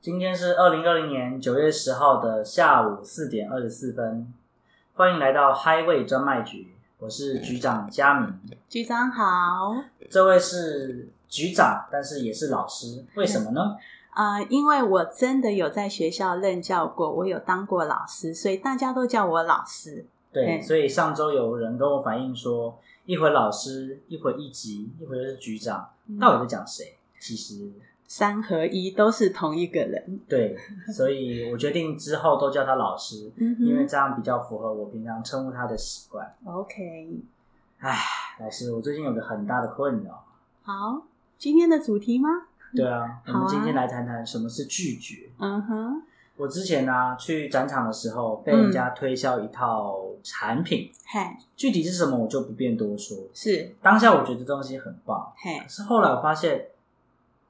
今天是二零二零年九月十号的下午四点二十四分，欢迎来到 Highway 专卖局，我是局长佳明。局长好，这位是局长，但是也是老师，为什么 呢？呃，因为我真的有在学校任教过，我有当过老师，所以大家都叫我老师。对，对所以上周有人跟我反映说，一会儿老师，一会儿一级，一会儿又是局长，到底在讲谁？其实三合一都是同一个人， 对，所以我决定之后都叫他老师，嗯因为这样比较符合我平常称呼他的习惯。 OK，唉，老师，我最近有个很大的困扰。好，今天的主题吗？对啊，我好啊们今天来谈谈什么是拒绝。嗯哼，我之前呢、去展场的时候，被嗯人家推销一套产品，嘿，具体是什么我就不便多说。是当下我觉得这东西很棒，嘿可，是后来我发现，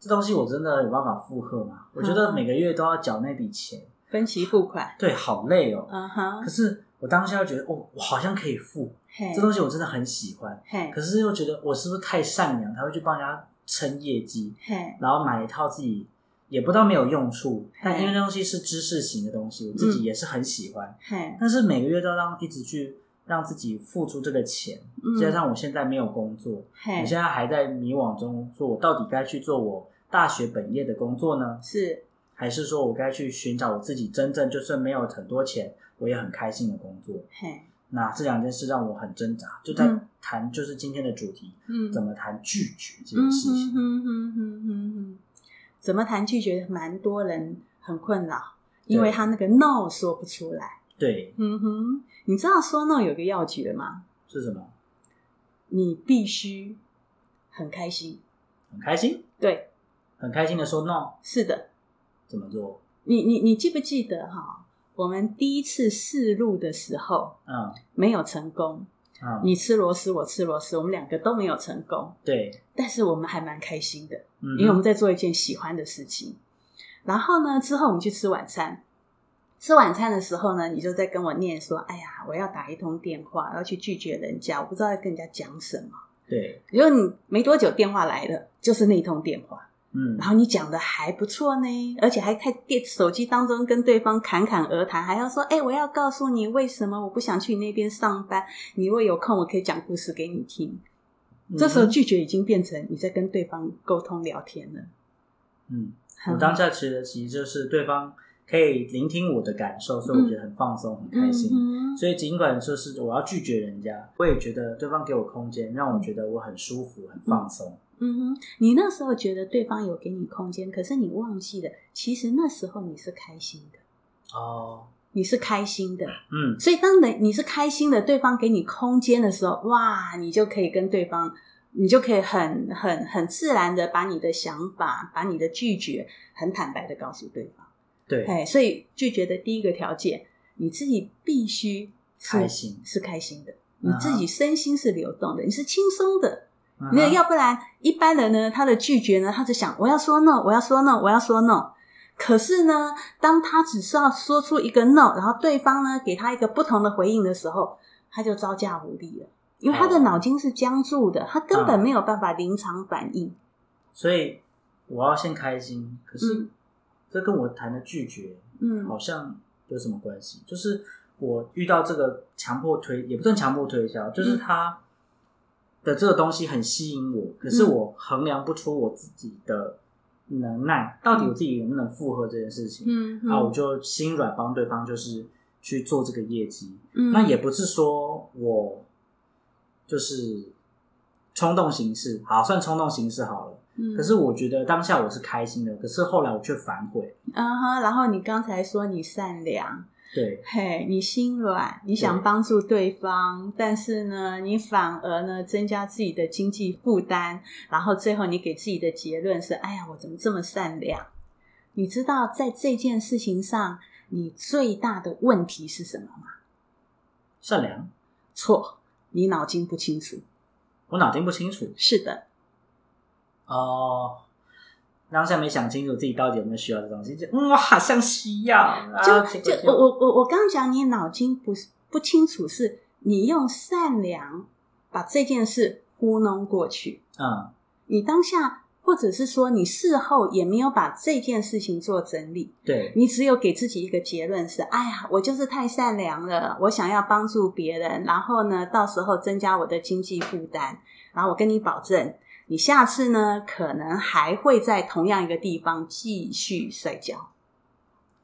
这东西我真的有办法负荷吗？我觉啊得每个月都要缴那笔钱，分期付款。对，好累哦。嗯哼可，是我当下又觉得，哦，我好像可以付嘿这，东西，我真的很喜欢。嘿，可是又觉得我是不是太善良，才会去帮人家撑业绩？嘿，然后买一套自己也不到没有用处，但嘿嗯因为那东西是知识型的东西，我自己也是很喜欢。嘿，但是每个月都让一直去让自己付出这个钱，嗯加上我现在没有工作，嘿我，现在还在迷惘中，说我到底该去做我大学本业的工作呢，是，还是说我该去寻找我自己真正就算没有很多钱，我也很开心的工作？嘿，那这两件事让我很挣扎，就在嗯谈就是今天的主题，嗯，怎么谈拒绝这嗯件事哼情。哼哼哼哼哼，怎么谈拒绝，蛮多人很困扰，因对为他那个 no 说不出来。对，嗯哼，你知道说 no 有个要诀吗？是什么？你必须很开心。很开心，对，很开心的说 no，是的，怎么做？你你你记不记得哈？我们第一次试录的时候嗯没有成功，嗯，你吃螺丝，我吃螺丝，我们两个都没有成功，对，但是我们还蛮开心的。嗯，因为我们在做一件喜欢的事情。然后呢，之后我们去吃晚餐。吃晚餐的时候呢，你就在跟我念说：“哎呀，我要打一通电话，要去拒绝人家，我不知道要跟人家讲什么。对，”结果你没多久电话来了，就是那一通电话，嗯然后你讲的还不错呢，而且还在电手机当中跟对方侃侃而谈，还要说：“哎，我要告诉你为什么我不想去你那边上班，你如果有空，我可以讲故事给你听。”这时候嗯拒绝已经变成你在跟对方沟通聊天了。嗯，我当下其实其实就是对方可以聆听我的感受，所以我觉得很放松，很开心。嗯哼所以尽管说是我要拒绝人家，我也觉得对方给我空间，让我觉得我很舒服、很放松。嗯哼，你那时候觉得对方有给你空间，可是你忘记了，其实那时候你是开心的，哦，你是开心的。嗯，所以当人你是开心的，对方给你空间的时候，哇，你就可以跟对方，你就可以很很很自然的把你的想法、把你的拒绝很坦白的告诉对方。对，哎，所以拒绝的第一个条件，你自己必须是开心是开心的，你啊哈自己身心是流动的，你是轻松的。嗯哼那要不然一般人呢，他的拒绝呢，他只想我要说 no，我要说 no，我要说 no。可是呢，当他只是要说出一个 no，然后对方呢给他一个不同的回应的时候，他就招架无力了，因为他的哦脑筋是僵住的，他根嗯本没有办法临场反应。啊所以我要先开心，可是嗯这跟我谈的拒绝嗯好像有什么关系？就是我遇到这个强迫推，也不算强迫推销，嗯就是他的这个东西很吸引我，可是我衡量不出我自己的能耐，到底我自己能不能负荷这件事情。嗯啊，我就心软帮对方，就是去做这个业绩。嗯那也不是说我就是冲动行事，好算冲动行事好了。嗯可是我觉得当下我是开心的，可是后来我却反悔。嗯哼，然后你刚才说你善良，对，嘿，你心软，你对想帮助对方，但是呢，你反而呢增加自己的经济负担，然后最后你给自己的结论是：哎呀，我怎么这么善良？你知道在这件事情上，你最大的问题是什么吗？善良，错，你脑筋不清楚。我脑筋不清楚是的，哦。当下没想清楚自己到底有没有需要这东西，就嗯，我好像需要，啊就、然后结啊就果我我我我刚讲你脑筋不是不清楚是，你用善良把这件事糊弄过去。嗯你当下或者是说你事后也没有把这件事情做整理，对，你只有给自己一个结论是：哎呀，我就是太善良了，我想要帮助别人，然后呢，到时候增加我的经济负担。然后我跟你保证，你下次呢，可能还会在同样一个地方继续摔跤。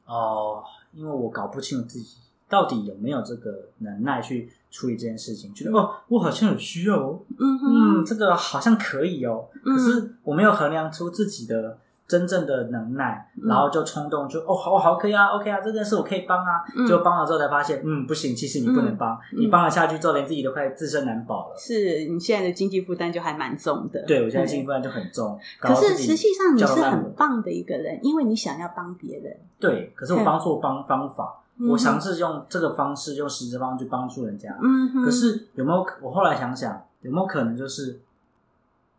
哦，因为我搞不清楚自己到底有没有这个能耐去处理这件事情，觉得哦，我好像有需要哦，嗯嗯，哼，这个好像可以哦，嗯可是我没有衡量出自己的真正的能耐，嗯然后就冲动就哦好好可以啊，OK 啊，这件事我可以帮啊，嗯就帮了之后才发现，嗯，不行，其实你不能帮，嗯你帮了下去之后，连自己都快自身难保了。是你现在的经济负担就还蛮重的。对我现在兴奋就很重，搞可到是自己实际上你焦是头烂很额棒的一个人，因为你想要帮别人。对，可是我嗯帮错帮方法，嗯我尝试用这个方式，用实质方式去帮助人家，嗯哼，可是有没有？我后来想想，有没有可能就是，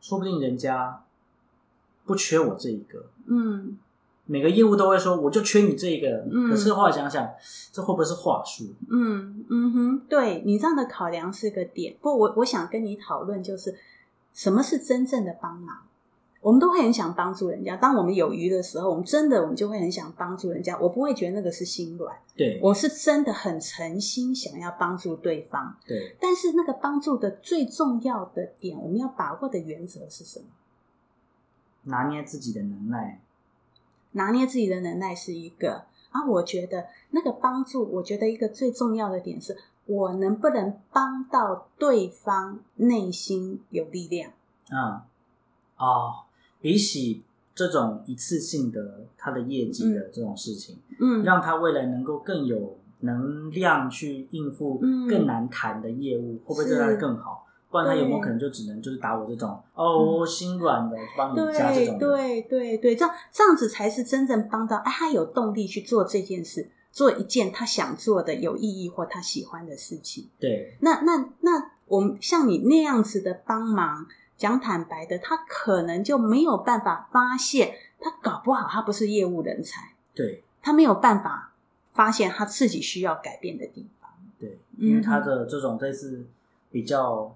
说不定人家不缺我这一个，嗯，每个业务都会说，我就缺你这一个。嗯可是后来想想，这会不会是话术？嗯嗯哼，对你这样的考量是个点。不，我我想跟你讨论就是什么是真正的帮忙。我们都会很想帮助人家，当我们有余的时候，我们真的我们就会很想帮助人家。我不会觉得那个是心软，对，我是真的很诚心想要帮助对方。对，但是那个帮助的最重要的点，我们要把握的原则是什么？拿捏自己的能耐。拿捏自己的能耐是一个啊，我觉得那个帮助，我觉得一个最重要的点是我能不能帮到对方内心有力量。嗯，哦，比起这种一次性的他的业绩的这种事情，嗯让他未来能够更有能量去应付嗯更难谈的业务，会不会对他是更好？不然他有没有对可能就只能就是打我这种哦心软的帮你加这对种的对对对，这样这样子才是真正帮到哎，他有动力去做这件事，做一件他想做的、有意义或他喜欢的事情。对那那那，我们像你那样子的帮忙，讲坦白的，他可能就没有办法发现，他搞不好他不是业务人才，对他没有办法发现他自己需要改变的地方。对，嗯因为他的这种类似比较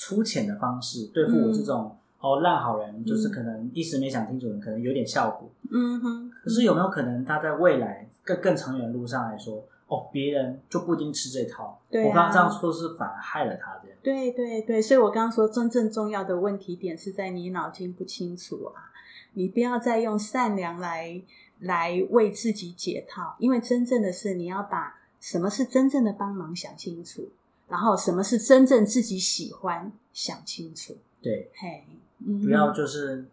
粗浅的方式对付嗯我这种、哦烂好人，就是可能一时没想清楚，可能有点效果。嗯哼，可是有没有可能他在未来更更长远的路上来说，哦，别人就不一定吃这套。对啊我刚刚这样说是反而害了他这样。对对对，所以我刚刚说，真正重要的问题点是在你脑筋不清楚啊，你不要再用善良来来为自己解套，因为真正的是你要把什么是真正的帮忙想清楚，然后什么是真正自己喜欢想清楚，对，嘿，嗯不要就是、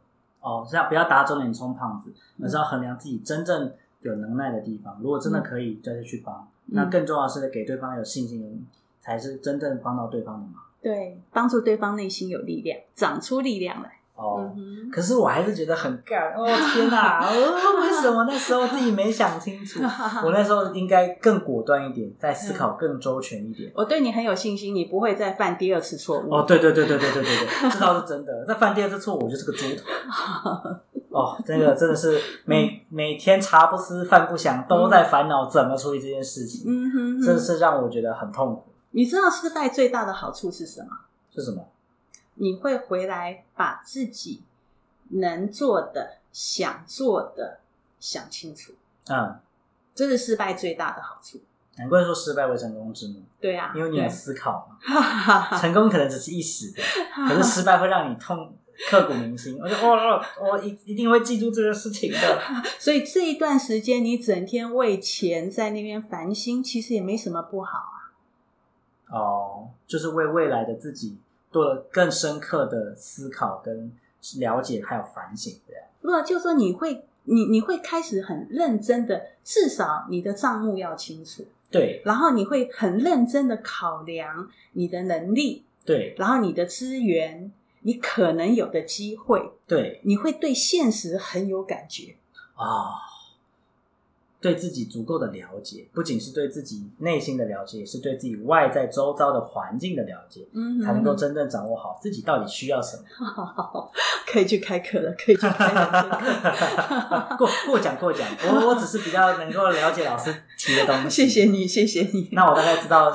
哦，这样不要打肿脸充胖子，而是要衡量自己真正有能耐的地方。如果真的可以，再去帮。那更重要的是给对方有信心，才是真正帮到对方的忙。对帮助对方内心有力量，长出力量来。嗯哦，哼，可是我还是觉得很干哦！天哪、哦，为什么那时候自己没想清楚？我那时候应该更果断一点，再思考更周全一点。我对你很有信心，你不会再犯第二次错误。哦，对对对对对对对对，这倒是真的。那犯第二次错，我就是个猪头。哦，这个真的是嗯每每天茶不思饭不想，都在烦恼怎么处理这件事情，嗯哼真的哼，是让我觉得很痛苦。你知道失败最大的好处是什么？是什么？你会回来把自己能做的、想做的想清楚，嗯，这是失败最大的好处。难怪说失败为成功之母，对啊，因为你对有思考嘛。哈哈哈成功可能只是一时的，可是失败会让你痛刻骨铭心。我就哦，我我一一定会记住这个事情的。 所以这一段时间你整天为钱在那边烦心，其实也没什么不好啊。哦，就是为未来的自己做了更深刻的思考、跟了解，还有反省这样。不过就说你会，你你会开始很认真的，至少你的账目要清楚，对然后你会很认真的考量你的能力，对然后你的资源，你可能有的机会，对你会对现实很有感觉。啊、对自己足够的了解，不仅是对自己内心的了解，也是对自己外在周遭的环境的了解，嗯 才能够真正掌握好自己到底需要什么。 可以去开课了，可以去开课。 过过奖过奖，我我只是比较能够了解老师提的东西。谢谢你，谢谢你。那我大概知道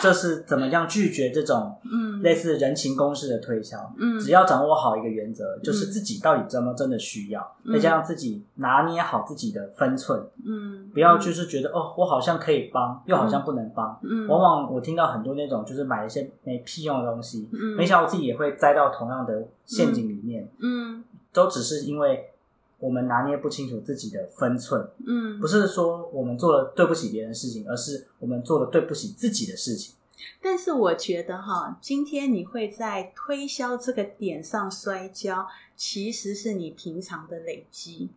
这是怎么样拒绝这种嗯类似人情公式的推销。嗯只要掌握好一个原则，就是自己到底怎么真的需要，嗯再加上自己拿捏好自己的分寸，嗯，不要就是觉得哦，我好像可以帮，又好像不能帮。嗯往往我听到很多那种就是买一些没屁用的东西，嗯没想到我自己也会栽到同样的陷阱里面，嗯都只是因为我们拿捏不清楚自己的分寸，嗯不，是说我们做了对不起别人的事情，而是我们做了对不起自己的事情。但是我觉得哈，今天你会在推销这个点上摔跤，其实是你平常的累积，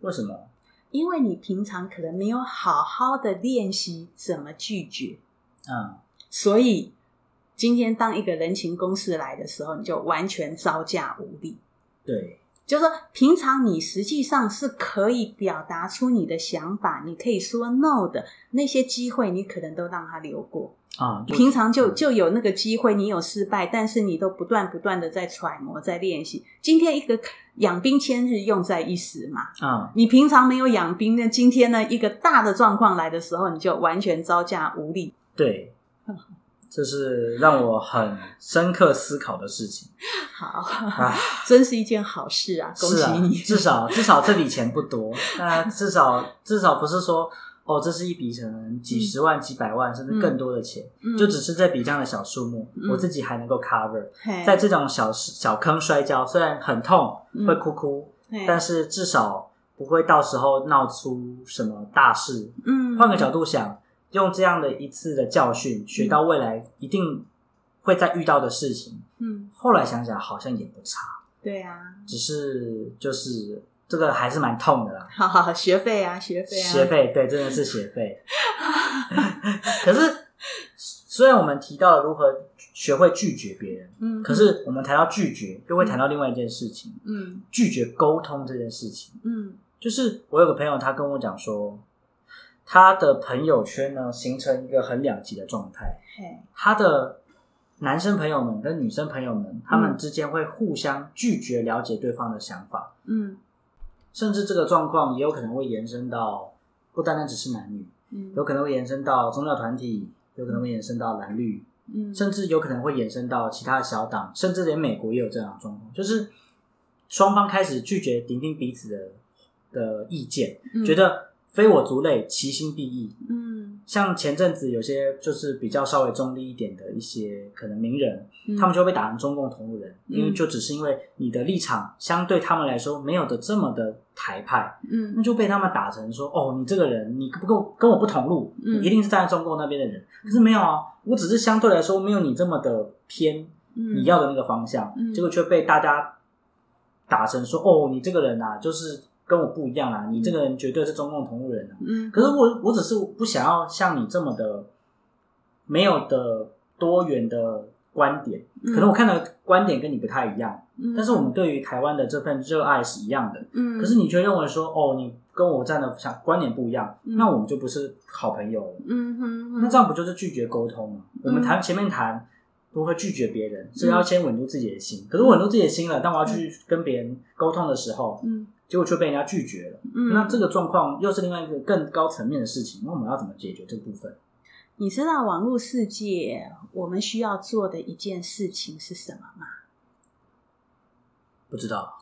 为什么？因为你平常可能没有好好的练习怎么拒绝，嗯，所以今天当一个人情公事来的时候，你就完全招架无力。对，就是说，平常你实际上是可以表达出你的想法，你可以说 no 的那些机会，你可能都让它流过。啊、就平常就就有那个机会，你有失败，但是你都不断不断的在揣摩，在练习。今天一个养兵千日，用在一时嘛。啊、你平常没有养兵，那今天呢，一个大的状况来的时候，你就完全招架无力。对，这是让我很深刻思考的事情。好，啊， 真是一件好事啊！恭是喜啊你，，至少至少这笔钱不多，那至少至少不是说哦，这是一笔可能几十万、几百万甚至更多的钱，嗯就只是这笔这样的小数目，嗯我自己还能够 cover。嘿在这种小小坑摔跤，虽然很痛，嗯会哭哭，嘿但是至少不会到时候闹出什么大事。嗯，换个角度想，用这样的一次的教训，学到未来一定会再遇到的事情。嗯，后来想想，好像也不差。对啊，只是就是这个还是蛮痛的啦，好好好，学费啊，学费啊，学费对，真的是学费。 可是虽然我们提到了如何学会拒绝别人，嗯，可是我们谈到拒绝，又会谈到另外一件事情，嗯拒绝沟通这件事情。嗯就是我有个朋友，他跟我讲说，他的朋友圈呢形成一个很两极的状态，嘿，他的。男生朋友们跟女生朋友们，他们之间会互相拒绝了解对方的想法，嗯甚至这个状况也有可能会延伸到不单单只是男女，嗯有可能会延伸到宗教团体，有可能会延伸到蓝绿，嗯甚至有可能会延伸到其他的小党，甚至连美国也有这样的状况，就是双方开始拒绝聆听彼此的的意见，嗯觉得非我族类，其心必异。嗯像前阵子有些就是比较稍微中立一点的一些可能名人，嗯他们就会被打成中共同路人，因为嗯就只是因为你的立场相对他们来说没有的这么的台派，那嗯就被他们打成说：“哦，你这个人，你不跟我跟我不同路，嗯你一定是站在中共那边的人。”可是没有啊，我只是相对来说没有你这么的偏嗯你要的那个方向，嗯结果却被大家打成说：“哦，你这个人啊，就是跟我不一样啊，你这个人绝对是中共同路人啊。嗯，可是我我只是不想要像你这么的没有的多元的观点，可能我看的观点跟你不太一样，嗯，但是我们对于台湾的这份热爱是一样的。嗯，可是你却认为说，哦，你跟我站的想观点不一样，嗯那我们就不是好朋友了。嗯哼，那这样不就是拒绝沟通吗？我们谈前面谈如何拒绝别人，嗯是要先稳住自己的心。可是稳住自己的心了，当我要去跟别人沟通的时候，嗯结果却被人家拒绝了。嗯，那这个状况又是另外一个更高层面的事情。那我们要怎么解决这个部分？你知道网络世界我们需要做的一件事情是什么吗？不知道。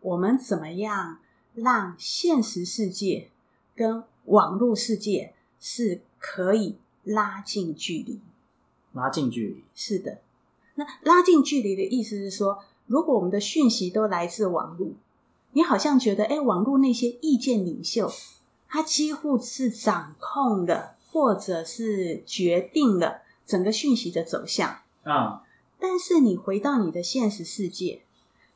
我们怎么样让现实世界跟网络世界是可以拉近距离？拉近距离，是的，那拉近距离的意思是说，如果我们的讯息都来自网络，你好像觉得，哎，网络那些意见领袖，他几乎是掌控了，或者是决定了整个讯息的走向。啊、但是你回到你的现实世界，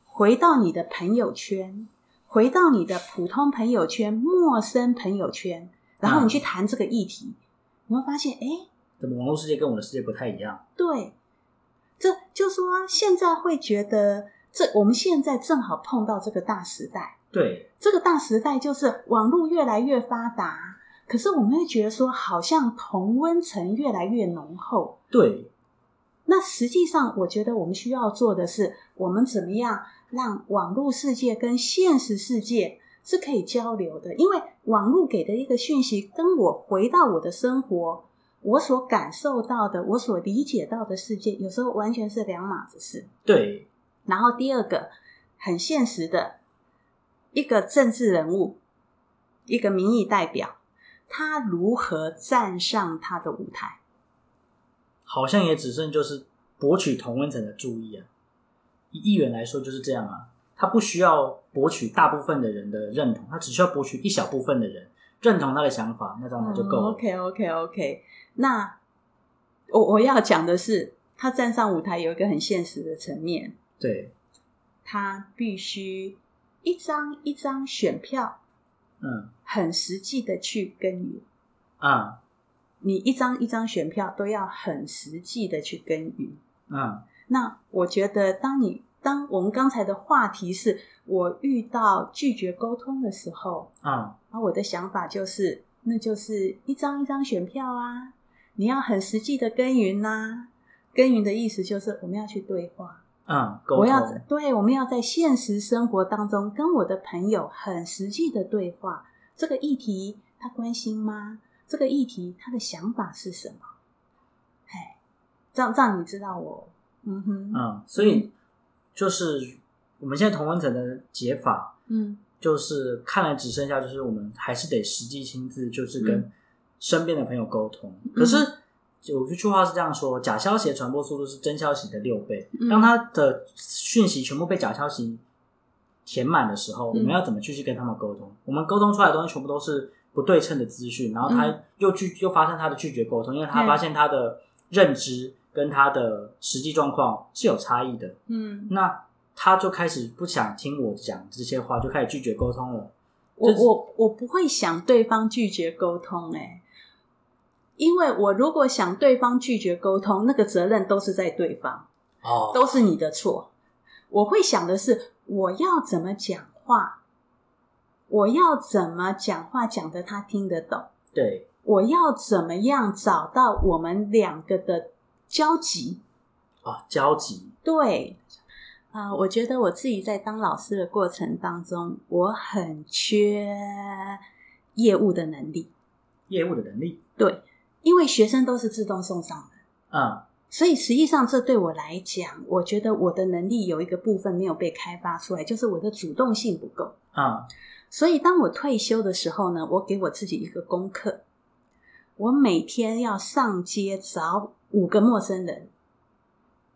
回到你的朋友圈，回到你的普通朋友圈、陌生朋友圈，然后你去谈这个议题，你会发现，哎，怎么网络世界跟我的世界不太一样？对，这就说现在会觉得，这我们现在正好碰到这个大时代，对，这个大时代就是网络越来越发达，可是我们会觉得说，好像同温层越来越浓厚。对，那实际上，我觉得我们需要做的是，我们怎么样让网络世界跟现实世界是可以交流的？因为网络给的一个讯息，跟我回到我的生活，我所感受到的，我所理解到的世界，有时候完全是两码子事。对，然后第二个很现实的，一个政治人物，一个民意代表，他如何站上他的舞台？好像也只剩就是博取同温层的注意啊。以议员来说就是这样啊，他不需要博取大部分的人的认同，他只需要博取一小部分的人认同他的想法，那这样他就够了。嗯 OK OK OK，那我我要讲的是，他站上舞台有一个很现实的层面，对，他必须一张一张选票，嗯很实际的去耕耘。啊你一张一张选票都要很实际的去耕耘。嗯那我觉得，当你当我们刚才的话题是我遇到拒绝沟通的时候，嗯，啊，我的想法就是，那就是一张一张选票啊，你要很实际的耕耘呐、耕耘的意思就是我们要去对话，嗯，沟我要通，对，我们要在现实生活当中跟我的朋友很实际的对话。这个议题他关心吗？这个议题他的想法是什么？哎，这样这样你知道我，嗯哼，嗯，所以就是我们现在同温层的解法，嗯就是看来只剩下就是我们还是得实际亲自就是跟嗯身边的朋友沟通。可是有一句话是这样说：假消息的传播速度是真消息的六倍。嗯当它的讯息全部被假消息填满的时候，我嗯们要怎么继续跟他们沟通？我们沟通出来的东西全部都是不对称的资讯，然后他嗯又拒又发生他的拒绝沟通，因为他对发现他的认知跟他的实际状况是有差异的。嗯，那他就开始不想听我讲这些话，就开始拒绝沟通了。我就是我我不会想对方拒绝沟通、哎，因为我如果想对方拒绝沟通，那个责任都是在对方。哦，都是你的错。我会想的是，我要怎么讲话，我要怎么讲话讲得他听得懂，对，我要怎么样找到我们两个的交集。哦啊，交集，对，啊、我觉得我自己在当老师的过程当中，我很缺业务的能力，业务的能力，因为学生都是自动送上的。嗯所以实际上，这对我来讲，我觉得我的能力有一个部分没有被开发出来，就是我的主动性不够。嗯所以当我退休的时候呢，我给我自己一个功课，我每天要上街找五个陌生人，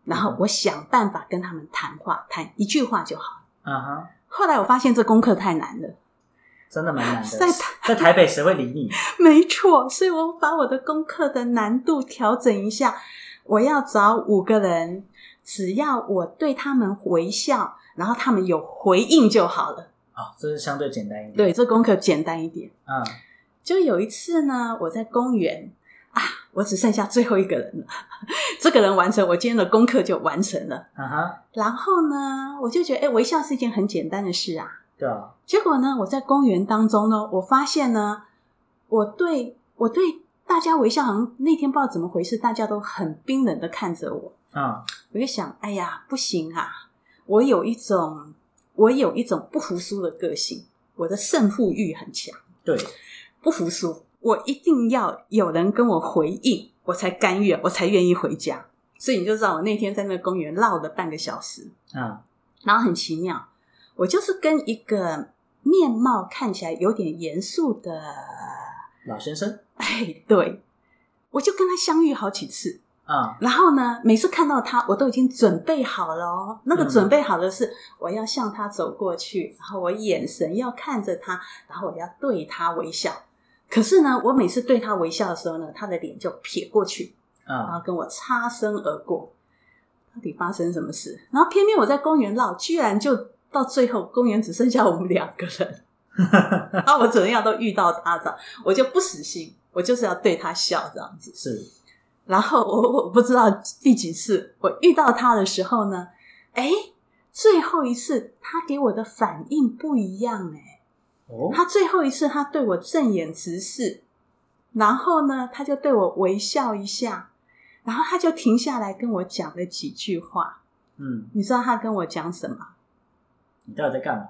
然后我想办法跟他们谈话，谈一句话就好。嗯哼，后来我发现这功课太难了， 真的蛮难的。在台在台北谁会理你？没错，所以我把我的功课的难度调整一下，我要找五个人，只要我对他们微笑，然后他们有回应就好了。哦，这是相对简单一点。对，，这功课简单一点。嗯就有一次呢，我在公园啊，我只剩下最后一个人了， 这个人完成，我今天的功课就完成了。嗯哼，然后呢，我就觉得，哎，微笑是一件很简单的事啊。对啊，结果呢，我在公园当中呢，我发现呢，我对我对大家微笑，好像那天不知道怎么回事，大家都很冰冷的看着我。嗯我就想，哎呀，不行啊！我有一种，我有一种不服输的个性，我的胜负欲很强。对，不服输，我一定要有人跟我回应，我才甘愿，我才愿意回家。所以你就知道，我那天在那个公园绕了半个小时，嗯然后很奇妙，我就是跟一个面貌看起来有点严肃的， 老先生，哎，对，我就跟他相遇好几次。嗯然后呢，每次看到他，我都已经准备好了哦。那个嗯准备好的是，我要向他走过去，然后我眼神要看着他，然后我要对他微笑。可是呢，我每次对他微笑的时候呢，他的脸就撇过去，然嗯后跟我擦身而过。到底发生什么事？然后偏偏我在公园绕，居然就到最后，公园只剩下我们两个人。然后我怎么样都遇到他的，我就不死心，我就是要对他笑这样子。是，然后我我不知道第几次我遇到他的时候呢，哎，最后一次他给我的反应不一样哎、哦，他最后一次他对我正眼直视，然后呢，他就对我微笑一下，然后他就停下来跟我讲了几句话。嗯，你知道他跟我讲什么？你到底在干嘛？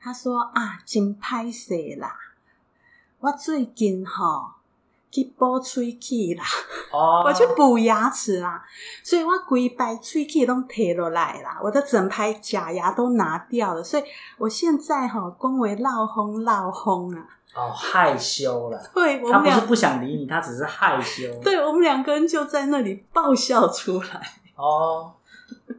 他说啊，真歹势啦，我最近吼、去补喙齿啦，哦，我去补牙齿啦，所以我规排喙齿都摕落来啦，我的整排假牙都拿掉了，所以我现在吼、恭维闹风闹风啊。哦害羞了。对我他们不俩是不想理你，他只是害羞。对我们两个人就在那里爆笑出来。哦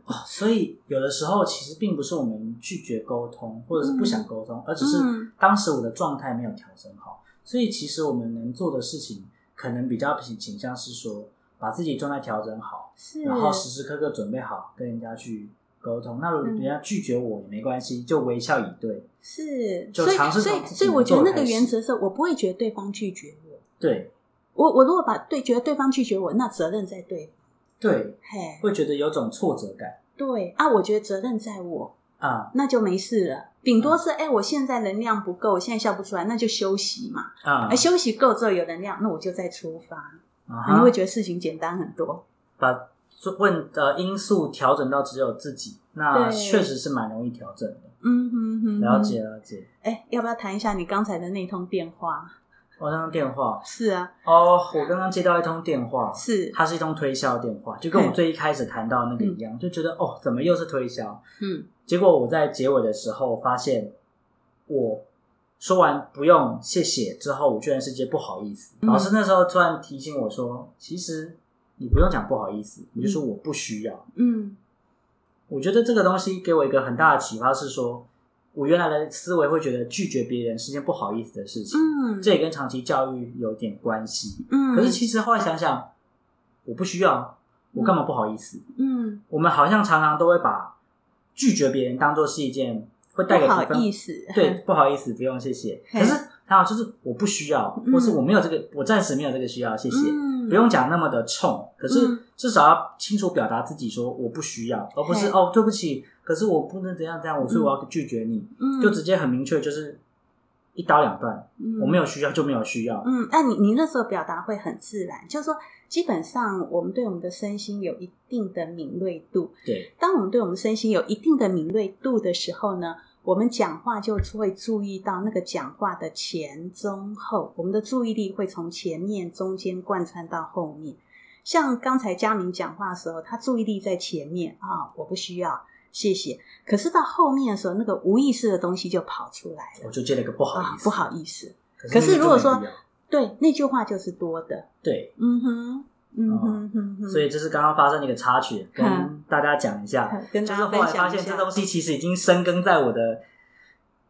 哦，所以有的时候其实并不是我们拒绝沟通，或者是不想沟通，而只是嗯当时我的状态没有调整好。所以其实我们能做的事情，可能比较倾倾向是说，把自己状态调整好，是然后时时刻刻准备好跟人家去沟通。那如果嗯人家拒绝我也没关系，就微笑以对。是，就所以尝试所以从自己所以我觉得那个做开始原则是我不会觉得对方拒绝我，对我我如果把对觉得对方拒绝我，那责任在对方，对，嘿，会觉得有种挫折感对啊，我觉得责任在我，啊那就没事了。顶嗯多是哎、我现在能量不够，我现在笑不出来，那就休息嘛。啊！哎、休息够之后有能量，那我就再出发，啊你哈会觉得事情简单很多。把问呃因素调整到只有自己，那对确实是蛮容易调整的。嗯哼哼，了。解了解。哎、要不要谈一下你刚才的那通电话？哦我那通电话是啊，哦，我刚刚接到一通电话，是，它是一通推销电话，就跟我嗯最一开始谈到那个一样，就觉得哦，怎么又是推销？嗯，结果我在结尾的时候发现，我说完不用谢谢之后，我居然是接不好意思。嗯老师那时候突然提醒我说，其实你不用讲不好意思，你就说我不需要。嗯，我觉得这个东西给我一个很大的启发是说，我原来的思维会觉得拒绝别人是件不好意思的事情，嗯，这也跟长期教育有点关系。嗯，可是其实后来想想，我不需要，我干嘛不好意思？嗯，我们好像常常都会把拒绝别人当做是一件会带给不对好方意思， 对，不好意思，不用谢谢。嘿可是还有就是我不需要，嗯或是我没有这个，我暂时没有这个需要，谢谢。嗯，不用讲那么的冲，可嗯是至少要清楚表达自己说我不需要，而不是嘿哦对不起，可是我不能怎样怎样，我所以我要拒绝你，嗯，就直接很明确就是一刀两断，我没有，有需要就没有需要，嗯，那你你那时候表达会很自然，就是说，基本上我们对我们的身心有一定的敏锐度，对，当我们对我们身心有一定的敏锐度的时候呢，我们讲话就会注意到那个讲话的前、中、后，我们的注意力会从前面、中间贯穿到后面。像刚才佳明讲话的时候，他注意力在前面啊、我不需要，谢谢。可是到后面的时候，那个无意识的东西就跑出来我了就接了一个不好啊哦意，思，不好意思。思可是如果说明明就没必要对，那句话就是多的。对，嗯哼，嗯哼哼哼，所以这是刚刚发生的一个插曲，跟嗯大家讲一下， 跟就大是家后分来享发一现下这东西其实已经生根在我的。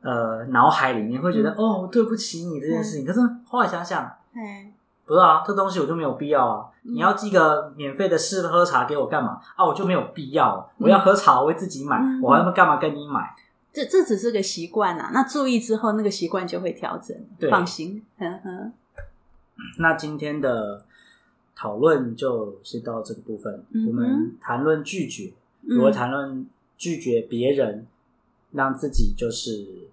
呃，脑海里面会觉得、嗯哦，对不起你这件事情，可是后来想想，哎，不是啊，这东西我就没有必要啊！嗯你要寄个免费的试喝茶给我干嘛啊？我就没有必要啊、我要喝茶，我会自己买，嗯我还要干嘛跟你买？这这只是个习惯啦、那注意之后，那个习惯就会调整对。放心，嗯呵呵，那今天的讨论就先到这个部分，嗯哼我们谈论拒绝，如嗯何谈论拒绝别人，让自己就是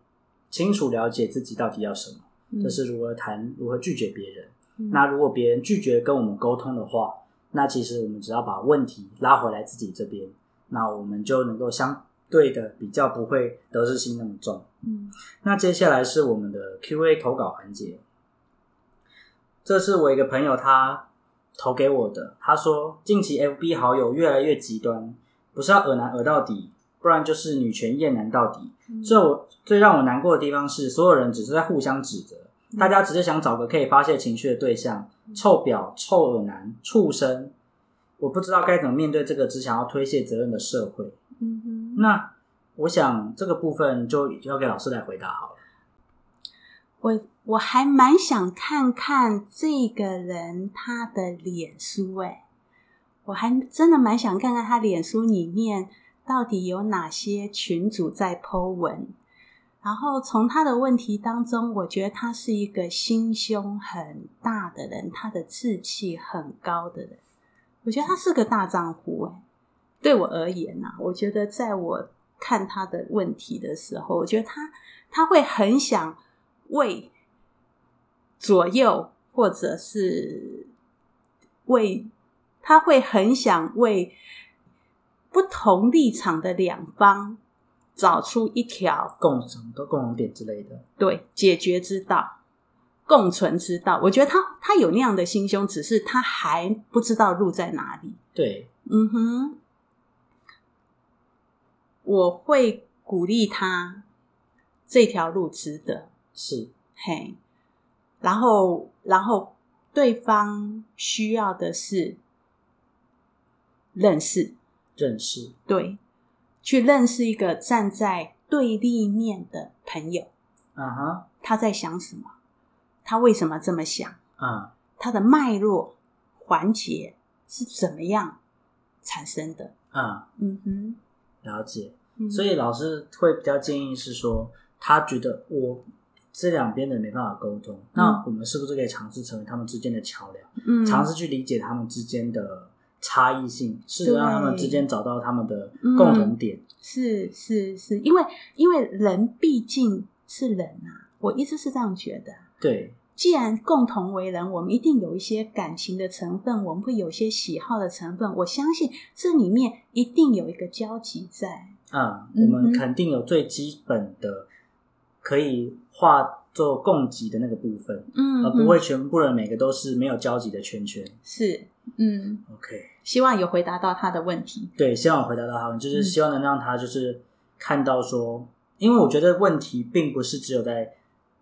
清楚了解自己到底要什么，嗯这、是如何谈如何拒绝别人。嗯那如果别人拒绝跟我们沟通的话，那其实我们只要把问题拉回来自己这边，那我们就能够相对的比较不会得失心那么重。嗯那接下来是我们的 Q&A 投稿环节，这是我一个朋友他投给我的，他说近期 FB 好友越来越极端，不是要恶男恶到底，不然就是女权厌男到底。嗯最我最让我难过的地方是，所有人只是在互相指责，嗯大家只是想找个可以发泄情绪的对象，臭婊、臭恶男、畜生。我不知道该怎么面对这个只想要推卸责任的社会。嗯哼，那我想这个部分就要给老师来回答好了。我我还蛮想看看这个人他的脸书、哎，我还真的蛮想看看他脸书里面到底有哪些群主在 Po 文。然后从他的问题当中，我觉得他是一个心胸很大的人，他的志气很高的人。我觉得他是个大丈夫哎、对我而言呐、我觉得在我看他的问题的时候，我觉得他他会很想为左右，或者是为他会很想为不同立场的两方找出一条共什么都共同点之类的，对，解决之道、共存之道。我觉得他他有那样的心胸，只是他还不知道路在哪里。对，嗯哼，我会鼓励他这条路值得，是嘿。然后，然后对方需要的是认识，认识，对，去认识一个站在对立面的朋友。啊嗯哈，他在想什么，他为什么这么想，啊，他的脉络环节是怎么样产生的？啊，嗯哼，了解。嗯所以老师会比较建议是说，他觉得我这两边的没办法沟通，那我们是不是可以尝试成为他们之间的桥梁，嗯尝试去理解他们之间的差异性，试着让他们之间找到他们的嗯共同点？是是是，因为因为人毕竟是人啊，我一直是这样觉得。对，既然共同为人，我们一定有一些感情的成分，我们会有一些喜好的成分。我相信这里面一定有一个交集在。啊，嗯我哼们肯定有最基本的可以化作共集的那个部分，嗯而呃不会全部人每个都是没有交集的圈圈。是嗯， OK，希望有回答到他的问题。对，希望我回答到他们，就是嗯希望能让他就是看到说，因为我觉得问题并不是只有在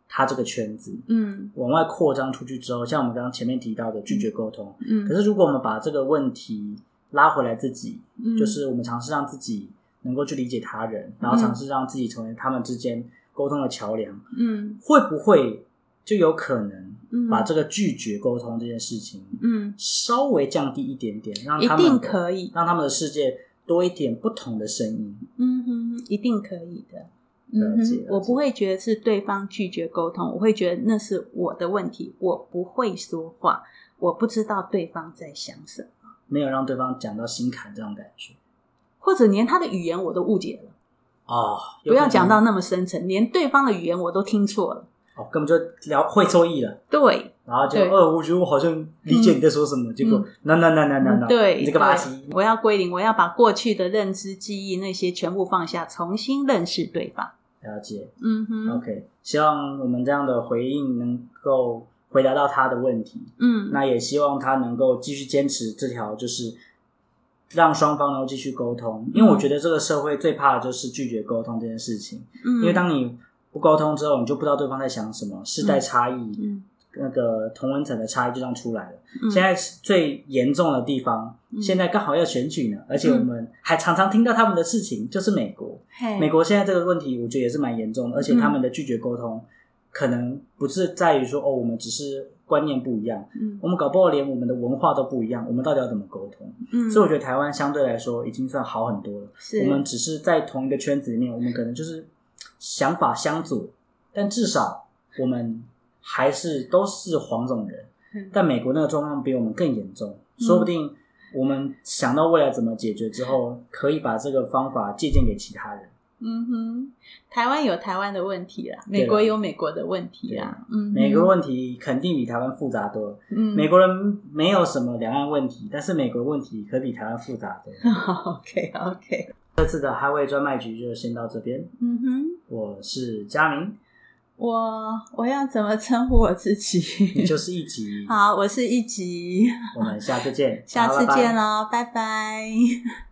他这个圈子嗯往外扩张出去之后，像我们刚刚前面提到的拒绝沟通，嗯，可是如果我们把这个问题拉回来自己，嗯就是我们尝试让自己能够去理解他人，然后尝试让自己成为他们之间沟通的桥梁，嗯会不会就有可能嗯把这个拒绝沟通这件事情嗯，稍微降低一点点，让一他们定的可以，让他们的世界多一点不同的声音。嗯哼，一定可以的。了嗯解哼了，我解不会觉得是对方拒绝沟通，我会觉得那是我的问题，我不会说话，我不知道对方在想什么，没有让对方讲到心坎这种感觉或者连他的语言我都误解了，哦，有可不能要讲到那么深层，连对方的语言我都听错了。哦，根本就聊会错意了，对，然后就对嗯呃，我觉得我好像理解你在说什么，结果那那那那那那，对，你这个垃对圾，我要归零，我要把过去的认知、记忆那些全部放下，重新认识对方。了解。嗯哼， OK，希望我们这样的回应能够回答到他的问题，嗯，那也希望他能够继续坚持这条，就是让双方能够继续沟通，因为我觉得这个社会最怕的就是拒绝沟通这件事情。嗯因为当你不沟通之后，你就不知道对方在想什么，世代差异、嗯那个同文层的差异就这样出来了。嗯现在最严重的地方，嗯现在刚好要选举呢，而且我们还常常听到他们的事情，就是美国。嘿美国现在这个问题，我觉得也是蛮严重的，而嗯且他们的拒绝沟通，可能不是在于说哦，我们只是观念不一样，嗯我们搞不好连我们的文化都不一样，我们到底要怎么沟通？嗯，所以我觉得台湾相对来说已经算好很多了。是我们只是在同一个圈子里面，我们可能就是想法相左，但至少我们还是都是黄种人。嗯但美国那个状况比我们更严重，说不定我们想到未来怎么解决之后，可以把这个方法借鉴给其他人。嗯哼，台湾有台湾的问题啦，对啦美国有美国的问题啦。嗯哼，美国问题肯定比台湾复杂多了。嗯， 美国人没有什么两岸问题，但是美国问题可比台湾复杂多了。 OK OK，这次的 Highway 专卖局就先到这边，嗯哼，我是佳明，我我要怎么称呼我自己？，你就是一集 好，我是一吉， 我们下次见，下次好拜拜见喽，拜拜